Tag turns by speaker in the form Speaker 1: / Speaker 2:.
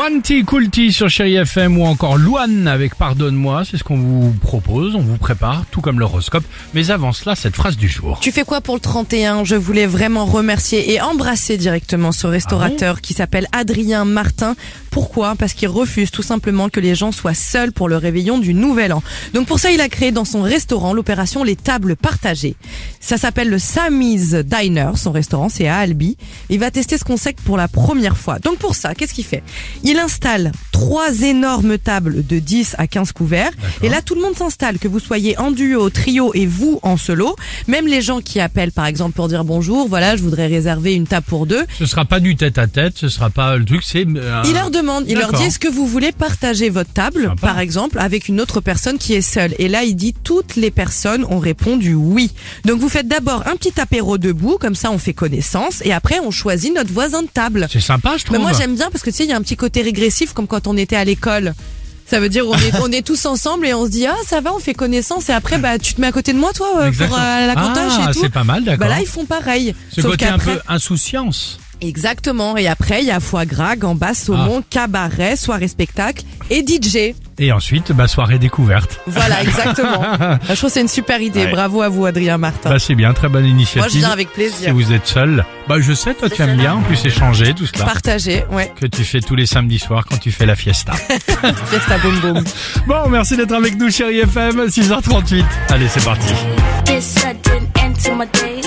Speaker 1: One Tea Cool Tea sur Chéri FM ou encore Luan avec Pardonne-moi, c'est ce qu'on vous propose, on vous prépare, tout comme l'horoscope. Mais avant cela, cette phrase du jour.
Speaker 2: Tu fais quoi pour le 31 Je voulais vraiment remercier et embrasser directement ce restaurateur qui s'appelle Adrien Martin. Pourquoi Parce qu'il refuse tout simplement que les gens soient seuls pour le réveillon du Nouvel An. Donc pour ça, il a créé dans son restaurant l'opération Les Tables Partagées. Ça s'appelle le Sammy's Diner. Son restaurant, c'est à Albi. Il va tester ce concept pour la première fois. Donc pour ça, qu'est-ce qu'il fait Il installe trois énormes tables de 10 à 15 couverts. Et là, tout le monde s'installe, que vous soyez en duo, trio et vous en solo. Même les gens qui appellent, par exemple, pour dire bonjour, voilà, je voudrais réserver une table pour deux.
Speaker 1: Ce sera pas du tête à tête, ce sera pas le truc, c'est... euh,
Speaker 2: Il leur demande, il leur
Speaker 1: D'accord.
Speaker 2: dit est-ce que vous voulez partager votre table,
Speaker 1: Sympa.
Speaker 2: par exemple, avec une autre personne qui est seule. Et là, il dit toutes les personnes ont répondu oui. Donc vous faites d'abord un petit apéro debout, comme ça on fait connaissance, et après on choisit notre voisin de table.
Speaker 1: C'est sympa, je trouve.
Speaker 2: Mais Bah, moi j'aime bien parce que tu sais, il y a un petit côté régressif comme quand on était à l'école. Ça veut dire on est, on est tous ensemble et on se dit ah ça va on fait connaissance et après bah tu te mets à côté de moi toi euh, pour
Speaker 1: Exactement.
Speaker 2: euh, la comptage
Speaker 1: Ah,
Speaker 2: et tout.
Speaker 1: c'est pas mal, d'accord.
Speaker 2: Bah là ils font pareil.
Speaker 1: Ce
Speaker 2: Sauf
Speaker 1: côté un
Speaker 2: qu'après-
Speaker 1: peu insouciance.
Speaker 2: Exactement. Et après, il y a foie gras, gambas,
Speaker 1: Ah.
Speaker 2: saumon, cabaret, soirée spectacle et DJ.
Speaker 1: Et ensuite, bah, soirée découverte.
Speaker 2: Voilà, exactement. Bah, je trouve que c'est une super idée.
Speaker 1: Ouais.
Speaker 2: Bravo à vous, Adrien Martin.
Speaker 1: Bah, c'est bien, très bonne initiative.
Speaker 2: Moi, je viens avec
Speaker 1: Si
Speaker 2: plaisir.
Speaker 1: vous êtes seul, bah, je sais, toi, tu aimes bien, en plus, échanger, tout cela.
Speaker 2: Partagez, ouais.
Speaker 1: Que tu fais tous les samedis soirs quand tu fais la fiesta.
Speaker 2: Fiesta boum boum.
Speaker 1: bon, merci d'être avec nous, Chéri FM, 6h38. Allez, c'est parti.
Speaker 3: this sudden end to my days.